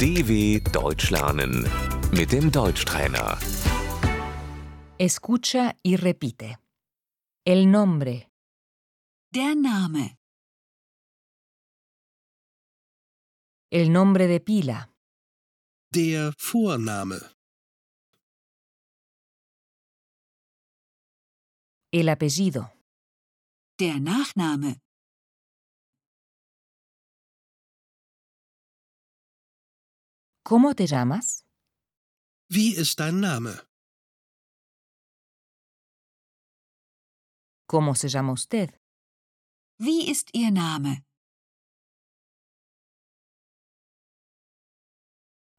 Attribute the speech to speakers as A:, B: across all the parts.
A: DW Deutsch lernen mit dem Deutschtrainer.
B: Escucha y repite. El nombre,
C: Der Name,
B: el nombre de pila,
D: Der Vorname,
B: el apellido,
C: der Nachname,
B: ¿cómo te llamas?
D: wie ist dein Name?
B: ¿Cómo se llama usted?
C: wie ist Ihr Name?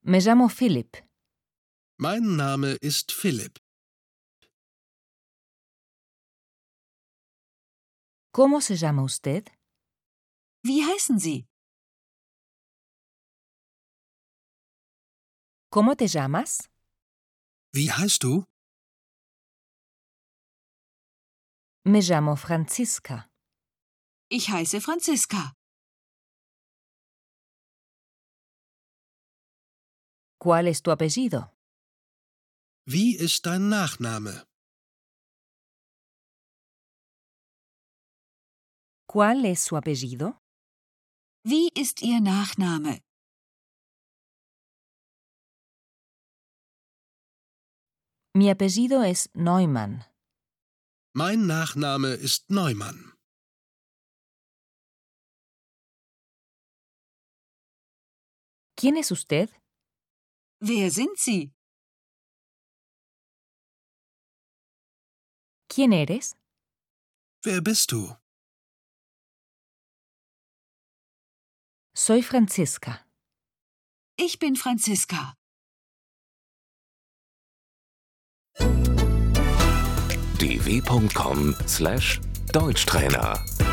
B: Me llamo Philip.
D: Mein Name ist Philipp.
B: ¿Cómo se llama usted?
C: Wie heißen Sie?
B: ¿Cómo te llamas?
D: Wie heißt du?
B: Me llamo Francisca.
C: Ich heiße Franziska.
B: ¿Cuál es tu apellido?
D: Wie ist dein Nachname?
B: ¿Cuál es su apellido?
C: Wie ist Ihr Nachname?
B: Mi apellido es Neumann.
D: Mein Nachname ist Neumann.
B: ¿Quién es usted?
C: Wer sind Sie?
B: ¿Quién eres?
D: Wer bist du?
B: Soy Francisca.
C: Ich bin Franziska.
A: dw.com/deutschtrainer